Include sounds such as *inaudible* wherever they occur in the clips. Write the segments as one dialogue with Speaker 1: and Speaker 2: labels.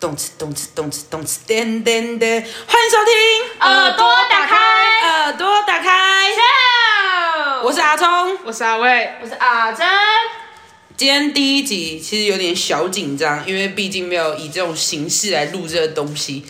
Speaker 1: 动次动次动次动次，噔噔噔！欢迎收听，
Speaker 2: 耳朵打开
Speaker 1: 耳朵打开。我
Speaker 2: 我
Speaker 1: 是阿聪，
Speaker 2: 我是阿伟，我是啊阿珍。
Speaker 1: 今天第一集其实有点小紧张，因为毕竟没有以这种形式来录这个东西。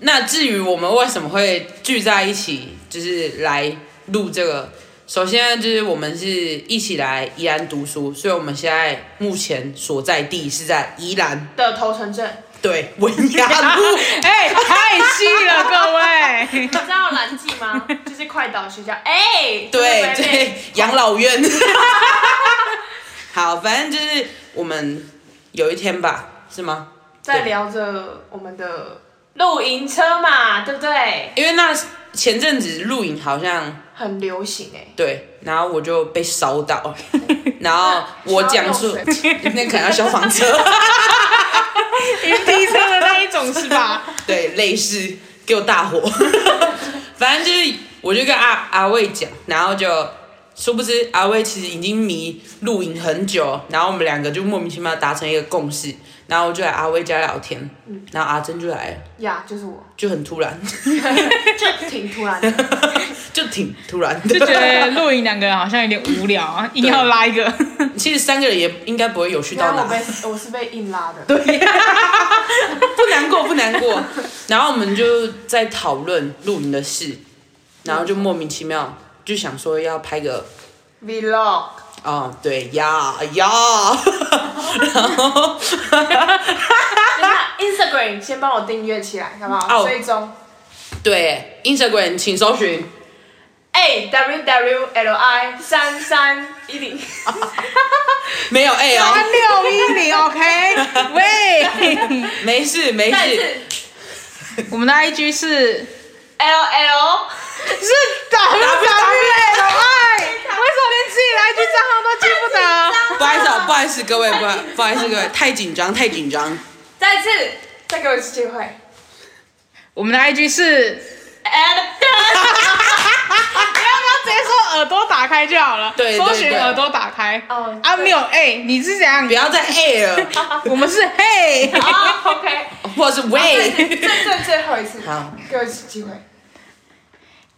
Speaker 1: 那至于我们为什么会聚在一起，就是来录这个，首先就是我们是一起来宜兰读书，所以我们现在目前所在地是在宜兰，
Speaker 2: 的头城镇，
Speaker 1: *laughs* 对文雅路。
Speaker 3: 哎、太细了，各位
Speaker 2: 你。知道蓝记
Speaker 1: *laughs*
Speaker 2: 吗？就是快岛学校。哎，
Speaker 1: 对
Speaker 2: *laughs*
Speaker 1: 对，养老院。 *laughs* 好，反正就是我们有一天吧，是吗？
Speaker 2: 在聊着我们的露营车嘛，对不对？
Speaker 1: 因为那前阵子露营好像
Speaker 2: 很流行哎。
Speaker 1: 对，然后我就被烧
Speaker 2: *laughs*
Speaker 1: 到，然后我讲述
Speaker 2: 烧到
Speaker 1: *laughs* 那可能要消防车，
Speaker 3: 云梯车的那一种是吧？
Speaker 1: 对，类似给我大火。 *laughs* 反正就是我就跟阿阿魏讲，然后就殊不知阿魏其实已经迷露营很久，然后我们两个就莫名其妙达成一个共识，然后我就来阿魏家聊天，
Speaker 3: 嗯
Speaker 1: 然后阿珍就来了，
Speaker 2: 呀，就是
Speaker 1: *laughs*
Speaker 2: 我，
Speaker 1: 就很突然，
Speaker 2: 就挺突然的。
Speaker 1: 就挺突然
Speaker 3: 就觉
Speaker 1: 的。
Speaker 3: 得露营两个人好像有点无聊啊，硬要拉一个。
Speaker 1: *laughs* 其实三个人也应该不会有趣
Speaker 2: 原
Speaker 1: 到
Speaker 2: 来
Speaker 1: 哪
Speaker 2: 我，被我是被硬拉的。
Speaker 1: 不难过不难过。然后我们就在讨论露营的事，然后就莫名其妙就想说要拍个
Speaker 2: Vlog，
Speaker 1: 哦，对呀呀，然
Speaker 2: *laughs*
Speaker 1: 后啊
Speaker 2: 那 Instagram 先帮我订阅起来，好不
Speaker 1: 哦
Speaker 2: 好？追踪。
Speaker 1: 对 Instagram 请搜寻，
Speaker 2: A 哎 W W L I 三三一零，
Speaker 1: 啊没有 A 哦，
Speaker 3: 六一零，OK。喂，
Speaker 1: 没事没
Speaker 2: *laughs* 再一
Speaker 1: 事，
Speaker 2: 次
Speaker 3: 我们的 IG 是
Speaker 2: L L
Speaker 3: 是 W W L I，为哎什么连自己的 IG 账号都记不得？
Speaker 1: 不好意思哦不好意思各位不好不好意思各位太紧张太紧张，
Speaker 2: 再一次，再给我一次机会。
Speaker 3: 我们的 IG 是，
Speaker 2: L
Speaker 3: 你要不要直接说耳朵打开就好了？
Speaker 1: 对对
Speaker 3: 搜寻
Speaker 1: 对
Speaker 3: 耳朵打开。
Speaker 2: 哦
Speaker 3: 啊，没有，哎，你是怎样
Speaker 1: 不？要
Speaker 2: *laughs*
Speaker 1: 再哎 A 了，
Speaker 3: 我们是嘿。
Speaker 2: 啊，OK，
Speaker 1: 或是
Speaker 2: 再
Speaker 1: 喂，
Speaker 2: 再再最后一次，
Speaker 1: 好，
Speaker 2: 给我一次机会。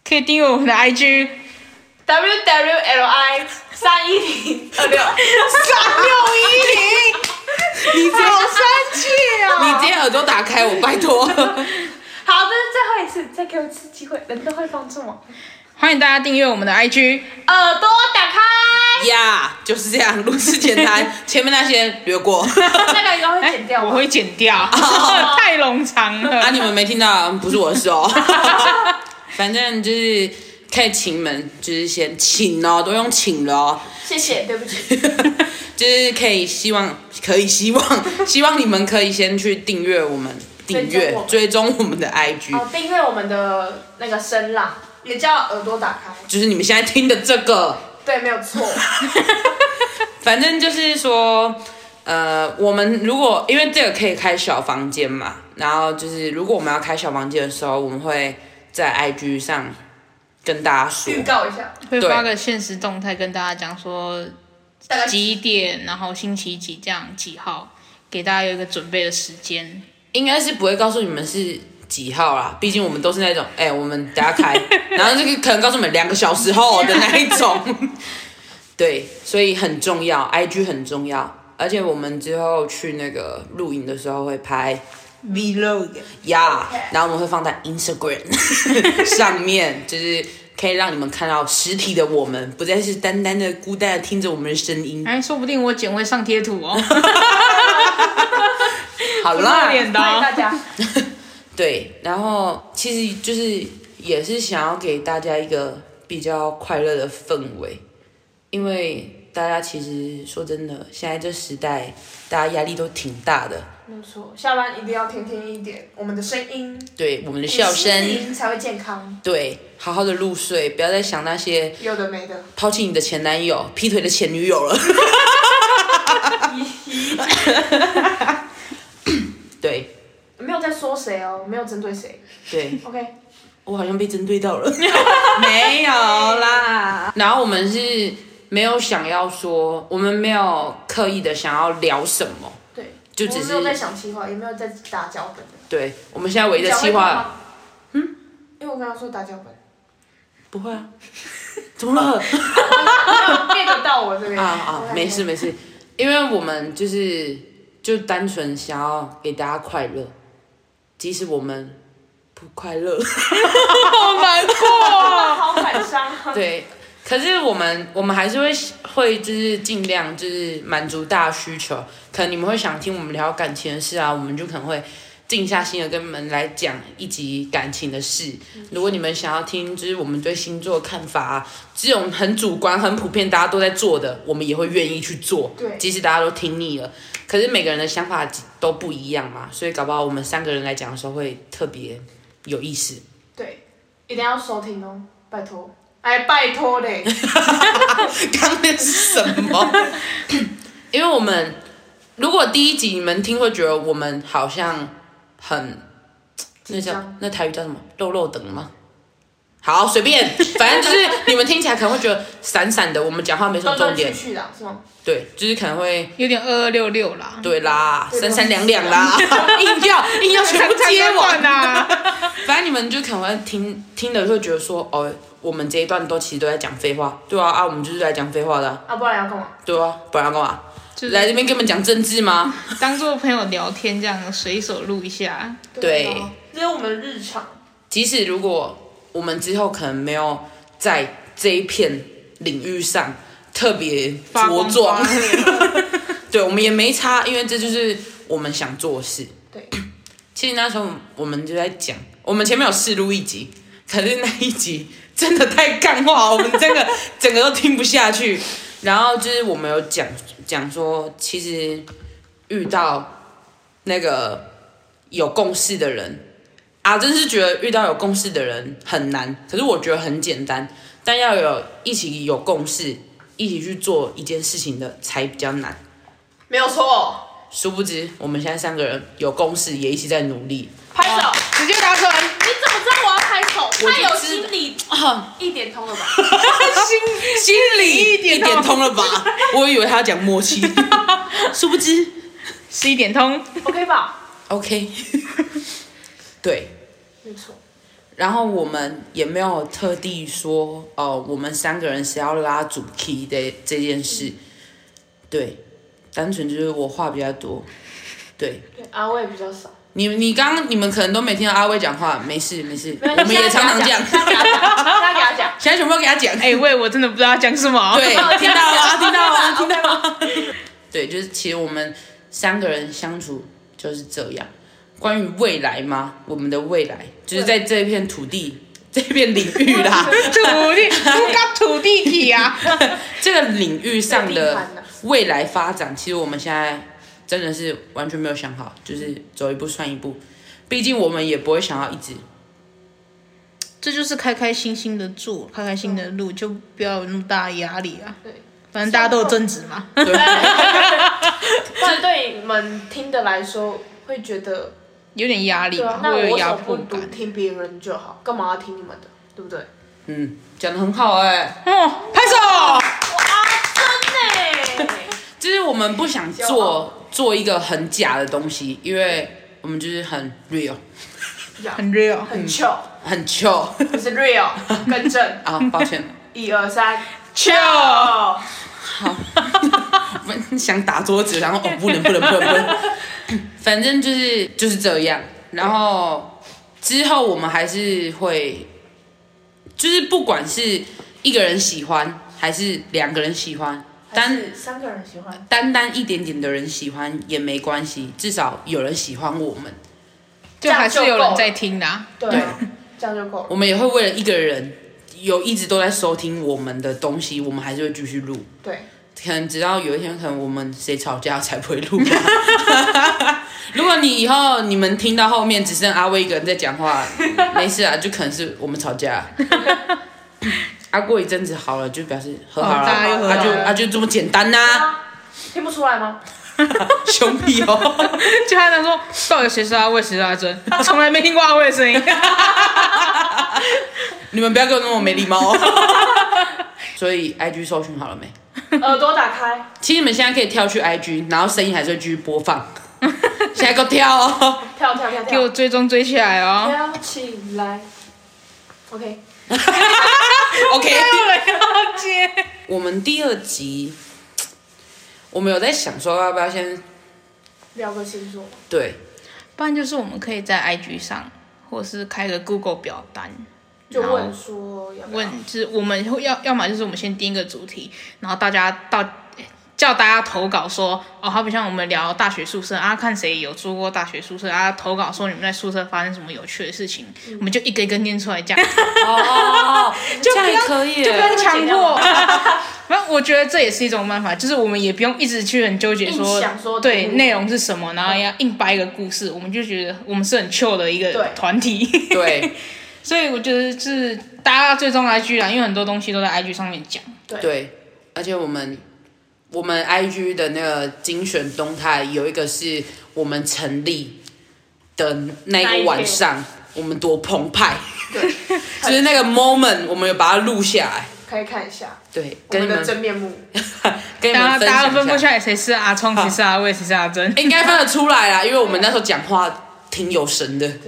Speaker 3: 可以订阅我们的 IG，
Speaker 2: W W L I 三一零二六，
Speaker 3: 三六一零，你好生气
Speaker 1: 你
Speaker 3: 哦！
Speaker 1: 直接耳朵打开我拜托，
Speaker 2: 好，这是最后一次，再给我一次机会，人都会放纵我。
Speaker 3: 欢迎大家订阅我们的 IG，
Speaker 2: 耳朵打开，
Speaker 1: 呀就是这样，如此简单，前面那些略过， *laughs*
Speaker 2: 那个应该哎会剪掉吧
Speaker 3: 我会剪掉，
Speaker 1: 哦
Speaker 3: *laughs* 太冗长
Speaker 1: 啊
Speaker 3: 了。
Speaker 1: 你们没听到不是我的事哦， *laughs* 反正就是可以请你们就是先请哦，都用请了哦。
Speaker 2: 谢谢，对不起。
Speaker 1: *laughs* 就是可以希望，可以希望， *laughs* 希望你们可以先去订阅我们，订阅追踪我们的 IG，、
Speaker 2: 好，订阅我们的那个声浪，也叫耳朵打开。
Speaker 1: 就是你们现在听的这个，
Speaker 2: 对，没有错。
Speaker 1: 反正就是说，呃，我们如果因为这个可以开小房间嘛，然后就是如果我们要开小房间的时候，我们会在 IG 上跟大家说，
Speaker 2: 预告一 *laughs* 下，
Speaker 3: 会发个现实动态跟大家讲说
Speaker 2: 大概
Speaker 3: 几点，然后星期几这样几号，给大家有一个准备的时间。
Speaker 1: 应该是不会告诉你们是。几号啦？毕竟我们都是那种，哎、我们等下开，然后这个可能告诉你们两个小时后的那一种。 *laughs* 对，所以很重要，IG 很重要。而且我们之后去那个露营的时候会拍
Speaker 3: Vlog，
Speaker 1: 呀然后我们会放在 Instagram 上面，就是可以让你们看到实体的我们，不再是单单的孤单的听着我们的声音。
Speaker 3: 哎，说不定我剪会上贴图哦，
Speaker 1: 好啦
Speaker 3: 露，脸的
Speaker 2: 欢迎
Speaker 3: 哦
Speaker 2: 大。家。
Speaker 1: 对，然后其实就是也是想要给大家一个比较快乐的氛围，因为大家其实说真的，现在这时代大家压力都挺大的，
Speaker 2: 没错，下班一定要听听一点我们的声音，
Speaker 1: 对我们的笑
Speaker 2: 你
Speaker 1: 声，
Speaker 2: 心灵才会健康，
Speaker 1: 对，好好的入睡，不要再想那些
Speaker 2: 有的没的。
Speaker 1: 抛弃你的前男友、 *laughs* 劈腿的前女友了。对
Speaker 2: 没有在说谁哦，没有针对谁。
Speaker 1: 对，
Speaker 2: OK，
Speaker 1: 我好像被针对到了， *laughs* 没有啦。然后我们是没有想要说，我们没有刻意的想要聊什么，
Speaker 2: 对，
Speaker 1: 就
Speaker 2: 我
Speaker 1: 只
Speaker 2: 们
Speaker 1: 是
Speaker 2: 没有在想计划，也没有在打脚本的。
Speaker 1: 对，我们现在唯一的嗯
Speaker 2: 脚会
Speaker 1: 计
Speaker 2: 痛
Speaker 1: 划
Speaker 2: 吗，因为我刚刚说打脚本，
Speaker 1: 不会啊， *laughs* 怎么
Speaker 2: *laughs*
Speaker 1: 了？
Speaker 2: 变得到我这边
Speaker 1: *laughs* 啊啊，没事。没事，因为我们就是就单纯想要给大家快乐，即使我们不快乐，好难过。
Speaker 2: 哇哦好感伤
Speaker 1: *laughs*
Speaker 2: 啊！
Speaker 1: 对，可是我们我们还是会会就是尽量就是满足大家需求，可能你们会想听我们聊感情的事啊，我们就可能会。静下心来跟你们来讲一集感情的事。如果你们想要听，就是我们对星座的看法啊，这种很主观、很普遍，大家都在做的，我们也会愿意去做。
Speaker 2: 对
Speaker 1: 即使大家都听腻了，可是每个人的想法都不一样嘛，所以搞不好我们三个人来讲的时候会特别有意思。
Speaker 2: 对，一定要收听哦，拜托，哎，拜托
Speaker 1: *laughs*
Speaker 2: 嘞，
Speaker 1: 刚那是什么？ *laughs* 因为我们如果第一集你们听会觉得我们好像很那
Speaker 2: 紧
Speaker 1: 叫
Speaker 2: 张
Speaker 1: 那台语叫什么肉肉等吗？好，随便， *laughs* 反正就是你们听起来可能会觉得散散的，我们讲话没什么
Speaker 2: 断
Speaker 1: 重
Speaker 2: 断续
Speaker 1: 点，
Speaker 2: 续啦，是吗？
Speaker 1: 对，就是可能会
Speaker 3: *laughs* 有点二二六六啦，
Speaker 1: 对啦，
Speaker 2: 对
Speaker 1: 三三两两啦， *laughs* 硬要硬要
Speaker 2: *laughs*
Speaker 1: 全部接完
Speaker 3: 呐。
Speaker 1: 反正你们就可能会听听了会觉得说，哦，我们这一段都其实都在讲废话，对啊啊，我们就是在讲废话的啊、
Speaker 2: 啊，不然要干嘛？
Speaker 1: 对啊，不然要干嘛？
Speaker 3: 就是
Speaker 1: 来这边跟我们讲政治吗？
Speaker 3: 当做朋友聊天这样，随手录一下。
Speaker 1: 对
Speaker 2: 啊，这是我们的日常，
Speaker 1: 即使如果我们之后可能没有在这一片领域上特别
Speaker 3: 发光
Speaker 1: 茁壮
Speaker 3: 发，
Speaker 1: *laughs* 对我们也没差，因为这就是我们想做的事。
Speaker 2: 对，
Speaker 1: 其实那时候我们就在讲，我们前面有试录一集，可是那一集真的太干话，我们真的整个都听不下去。然后就是我们有讲讲说，其实遇到那个有共识的人啊，真是觉得遇到有共识的人很难，可是我觉得很简单，但要有一起有共识，一起去做一件事情的才比较难。
Speaker 2: 没有错，
Speaker 1: 殊不知，我们现在三个人有共识，也一起在努力。
Speaker 2: 拍手。
Speaker 3: 直接打成
Speaker 2: 你怎么知道我要拍手？
Speaker 1: 我
Speaker 2: 太
Speaker 1: 就
Speaker 2: 有
Speaker 1: 知
Speaker 2: 心理哦
Speaker 1: 啊，
Speaker 2: 一点通了吧？
Speaker 1: *laughs*
Speaker 2: *laughs*
Speaker 1: 心心里一点通了吧？ *laughs* 我以为他要讲默契， *laughs* 殊不知
Speaker 3: 十一点通，
Speaker 2: OK 吧？
Speaker 1: *laughs* OK，对。
Speaker 2: 没错，
Speaker 1: 然后我们也没有特地说，哦，我们三个人是要拉主 key 的这件事，对，单纯就是我话比较多，对
Speaker 2: 对，阿伟啊比较少。
Speaker 1: 你你刚刚你们可能都没听到阿威讲话，没事没事，
Speaker 2: 没有
Speaker 1: 我们也常常讲，
Speaker 2: 现在给他讲，现在给他讲。
Speaker 1: *laughs* 现在全部都给他讲，
Speaker 3: 哎、喂，我真的不知道要讲什么。
Speaker 1: 对，听到了，哦听到了，哦听到了。
Speaker 2: 到了。
Speaker 1: 对，就是其实我们三个人相处就是这样。关于未来吗？我们的未来就是在这片土地、这片领域 *laughs* 啦，
Speaker 3: 土地，不搞土地体啊！
Speaker 1: 这个领域上
Speaker 2: 这个地
Speaker 1: 的
Speaker 2: 盘啊
Speaker 1: 未来发展，其实我们现在真的是完全没有想好，就是走一步算一步。毕竟我们也不会想要一直
Speaker 3: 这就是开开心心的做，开开心的录，
Speaker 2: 嗯
Speaker 3: 就不要有那么大的压力啊。
Speaker 2: 对，
Speaker 3: 反正大家都有争执嘛。
Speaker 1: 对 *laughs*
Speaker 2: 不然对你们听的来说，会觉得
Speaker 3: 有点压力
Speaker 2: 对啊
Speaker 3: 吧，，
Speaker 2: 那
Speaker 3: 会
Speaker 2: 我
Speaker 3: 有
Speaker 2: 为什
Speaker 3: 压
Speaker 2: 么不
Speaker 3: 迫
Speaker 2: 读
Speaker 3: 感。
Speaker 2: 听别人就好？干嘛要听你们的？对不对？
Speaker 1: 嗯，讲的很好哎、
Speaker 3: 哦，拍手！
Speaker 2: 哇，真的耶！
Speaker 1: 就是我们不想
Speaker 2: 骄傲
Speaker 1: 做做一个很假的东西，因为我们就是很 real，
Speaker 3: 很 real，
Speaker 2: 很 chill，
Speaker 1: 很
Speaker 2: *laughs*
Speaker 1: chill
Speaker 2: 不是 real，更正，
Speaker 1: 啊，抱歉。
Speaker 2: 一二三，chill。
Speaker 1: 不想打桌子，然后哦不能不能不能不能，
Speaker 2: *laughs*
Speaker 1: 反正就是就是这样。然后之后我们还是会，就是不管是一个人喜欢还是两个人喜欢，单
Speaker 2: 是三个人喜欢，
Speaker 1: 单单一点点的人喜欢也没关系，至少有人喜欢我们，
Speaker 3: 就还是有人在听的、啊。
Speaker 2: 对啊，这样就够了。
Speaker 1: 我们也会为了一个人有一直都在收听我们的东西，我们还是会继续录。
Speaker 2: 对，
Speaker 1: 可能直到有一天，可能我们谁吵架才不会录吧。 *laughs* 如果你以后你们听到后面只剩阿威一个人在讲话，没事啊，就可能是我们吵
Speaker 3: *laughs*
Speaker 1: 架。啊，过一阵子好了，就表示和好
Speaker 3: 哦
Speaker 1: 了，
Speaker 3: 大家又和好
Speaker 1: 啊就
Speaker 2: 了
Speaker 1: 啊就这么简单呐、 *laughs*
Speaker 2: 啊听不出来吗？
Speaker 1: 兄弟哦， *laughs*
Speaker 3: 就他想说，到底谁是阿魏，谁是阿珍？ *laughs* 从来没听过阿魏的 *laughs* 声音。
Speaker 1: 你们不要给我那么没礼貌、哦。 *laughs* 所以 IG 搜寻好了没？
Speaker 2: 耳朵打开，
Speaker 3: *laughs*
Speaker 1: 其实你们现在可以跳去 IG，然后声音还是会继续播放。现在给我跳哦！
Speaker 2: 跳跳跳
Speaker 3: 给我
Speaker 2: 跳，
Speaker 3: 追踪追起来哦。
Speaker 2: 跳起来。OK，
Speaker 1: OK，
Speaker 3: 哦了解。
Speaker 1: 我们第二集，我们有在想说要不要先
Speaker 2: 聊个星座。
Speaker 1: 对，
Speaker 3: 不然就是我们可以在 IG 上，或是开个 Google 表单，
Speaker 2: 就
Speaker 3: 然后
Speaker 2: 问说要不要？
Speaker 3: 问，就是我们会要要么就是我们先定一个主题，然后大家到叫大家投稿说，哦，好比像我们聊大学宿舍啊，看谁有住过大学宿舍啊，投稿说你们在宿舍发生什么有趣的事情，我们就一个一个念出来 *laughs* 这样，
Speaker 1: 哦， *laughs* 这样也可以耶，
Speaker 3: 就不用强迫。 *laughs* 反正我觉得这也是一种办法，就是我们也不用一直去很纠结说
Speaker 2: 硬想说
Speaker 3: 对
Speaker 2: 嗯
Speaker 3: 内容是什么，然后要硬掰一个故事，我们就觉得我们是很 chill 的一个
Speaker 2: 对
Speaker 3: 团体， *laughs*
Speaker 1: 对
Speaker 3: 所以我觉得是大家最终 IG 啦，因为很多东西都在 IG 上面讲。
Speaker 1: 对，而且我们我们 IG 的那个精选动态有一个是我们成立的那个晚上，我们多澎湃， *laughs* 就是那个 moment，我们有把它录下来，
Speaker 2: 可以看一下
Speaker 1: 对，
Speaker 2: 我
Speaker 1: 跟
Speaker 2: 们
Speaker 1: 你
Speaker 2: 的
Speaker 1: 们
Speaker 2: 真面目。
Speaker 1: *laughs* 跟你
Speaker 3: 大家
Speaker 1: 们分
Speaker 3: 大家
Speaker 1: 享
Speaker 3: 分不
Speaker 1: 一
Speaker 3: 出
Speaker 1: 下，哎
Speaker 3: 来谁是阿聪，谁是阿魏，谁是阿珍。
Speaker 1: *laughs* 应该分得出来啦，因为我们那时候讲话挺有神的。 *coughs*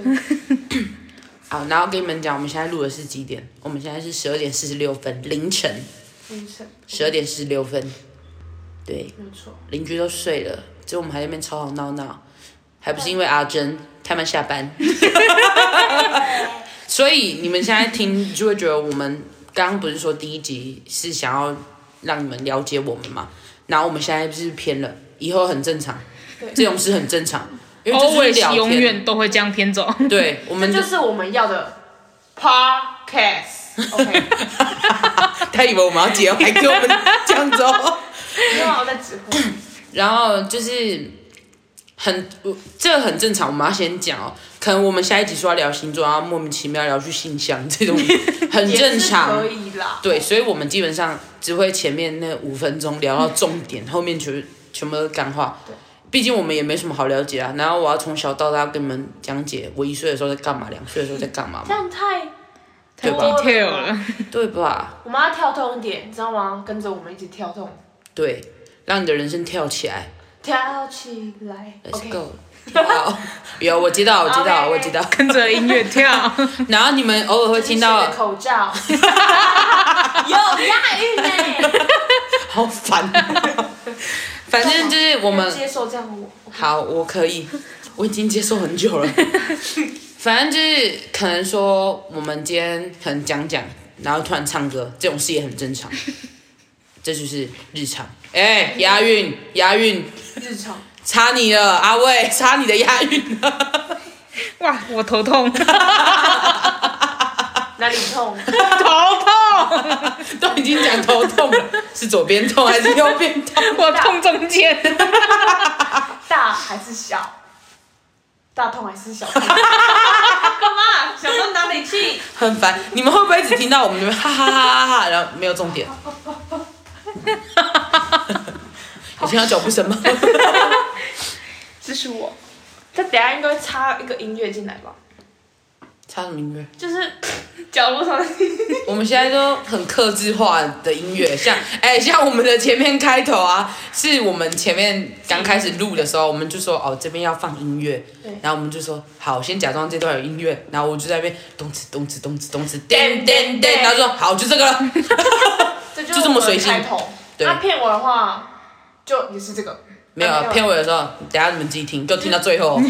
Speaker 1: 好，然后跟你们讲，我们现在录的是几点？我们现在是十二点四十六分，凌晨
Speaker 2: 凌晨，
Speaker 1: 十二点四十六分，对，
Speaker 2: 没有错。
Speaker 1: 邻居都睡了，结果我们还在那边吵吵闹闹，还不是因为阿珍太慢下
Speaker 3: *laughs*
Speaker 1: 班，所以你们现在听就会觉得我们刚刚不是说第一集是想要让你们了解我们嘛，然后我们现在是偏了，以后很正常，这种事很正常，因为这就是
Speaker 3: always
Speaker 1: 聊
Speaker 3: 永
Speaker 1: 天，
Speaker 3: 远都会这样偏走。
Speaker 1: 对我们
Speaker 2: 这就是我们要的
Speaker 1: *laughs*
Speaker 2: podcast。OK，
Speaker 1: 他以为我们要结婚，还给我们这样子哦。
Speaker 2: 没有啊我在指挥。
Speaker 1: 然后就是很这很正常，我们要先讲哦。可能我们下一集说要聊星座，然后莫名其妙聊去信箱这
Speaker 2: *laughs*
Speaker 1: 种很正
Speaker 2: 也
Speaker 1: 常
Speaker 2: 是可。以啦。
Speaker 1: 对，所以我们基本上只会前面那五分钟聊到重点，后面全全部都是干话。毕竟我们也没什么好了解啊。然后我要从小到大跟你们讲解，我一岁的时候在干嘛，两岁的时候在干嘛
Speaker 2: 这
Speaker 1: 嘛，
Speaker 2: 样太
Speaker 3: 太 detail 了，
Speaker 1: 对吧？
Speaker 2: 我们要跳动一点，你知道吗？跟着我们一起跳动，
Speaker 1: 对，让你的人生跳起来。
Speaker 2: 跳起来。
Speaker 1: Let's
Speaker 2: OK，
Speaker 1: go。好，有我知道，
Speaker 2: *laughs*
Speaker 1: 我知道，
Speaker 2: OK
Speaker 1: 我知道。
Speaker 3: 跟着音乐
Speaker 1: *laughs*
Speaker 3: 跳。
Speaker 1: 然后你们偶尔会听到
Speaker 2: 这是你的口
Speaker 1: *laughs*
Speaker 2: 罩，有押韵呢。
Speaker 1: 好烦、反正就是我们
Speaker 2: 接受这样我，
Speaker 1: 好，我可以，我已经接受很久了。反正就是可能说，我们今天可能讲讲，然后突然唱歌，这种事也很正常，这就是日常。哎、押韵，押韵，
Speaker 2: 日常
Speaker 1: 差你了，阿魏，差你的押韵了。 *laughs*
Speaker 3: 哇，我头痛，
Speaker 2: 哪里痛？
Speaker 3: 头
Speaker 1: 啊
Speaker 3: 痛，
Speaker 1: 都已经讲头痛了，是左边痛还是右边痛？
Speaker 3: *laughs* 我痛中间。
Speaker 1: *laughs*
Speaker 2: 大还是小？大痛还是
Speaker 1: *laughs*
Speaker 2: 小痛？
Speaker 4: 干嘛？想到哪里去？
Speaker 1: 很烦。你们会不会只听到我们 *laughs* 这边哈哈哈哈哈，然后没有重 *laughs* 点？有听到脚步声 *laughs* 吗？
Speaker 2: 这是我。这等一下应该插一个音乐进来吧？
Speaker 1: 插什么音乐？
Speaker 2: 就是角落上的
Speaker 1: 我们现在都很克制化的音乐，像哎、像我们的前面开头啊，是我们前面刚开始录的时候，我们就说哦这边要放音乐
Speaker 2: 对，
Speaker 1: 然后我们就说好，先假装这段有音乐，然后我就在那边咚哧咚哧咚哧咚哧噔噔噔，然后说好就这个了，
Speaker 2: *laughs* 这就
Speaker 1: 就这么随性
Speaker 2: 我的开头。
Speaker 1: 对
Speaker 2: 那骗我的话，就也是
Speaker 1: *laughs*
Speaker 2: 这个。
Speaker 1: 没有
Speaker 2: 啊
Speaker 1: 啊片尾的时候，等一下你们自己听，就听到最后哦。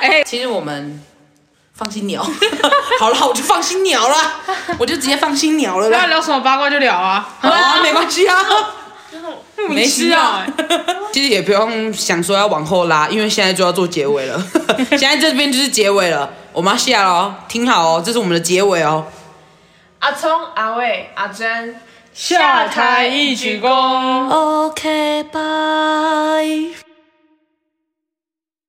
Speaker 3: 哎，
Speaker 1: 其实我们放心鸟， *laughs* 好了，我就放心鸟了，我就直接放心鸟了
Speaker 3: 那
Speaker 1: 啦。
Speaker 3: 聊什么八卦就聊啊，
Speaker 1: 好啊，没关系啊，
Speaker 3: 莫
Speaker 1: *laughs*
Speaker 3: 名
Speaker 1: 没
Speaker 3: 其
Speaker 1: 事
Speaker 3: 妙
Speaker 1: 啊
Speaker 3: 哎。
Speaker 1: 其实也不用想说要往后拉，因为现在就要做结尾了。 *laughs* 现在这边就是结尾了，我们要下了哦，听好哦，这是我们的结尾哦。
Speaker 2: 阿聪、阿伟、阿珍。
Speaker 3: 下台一鞠躬。
Speaker 1: OK，拜。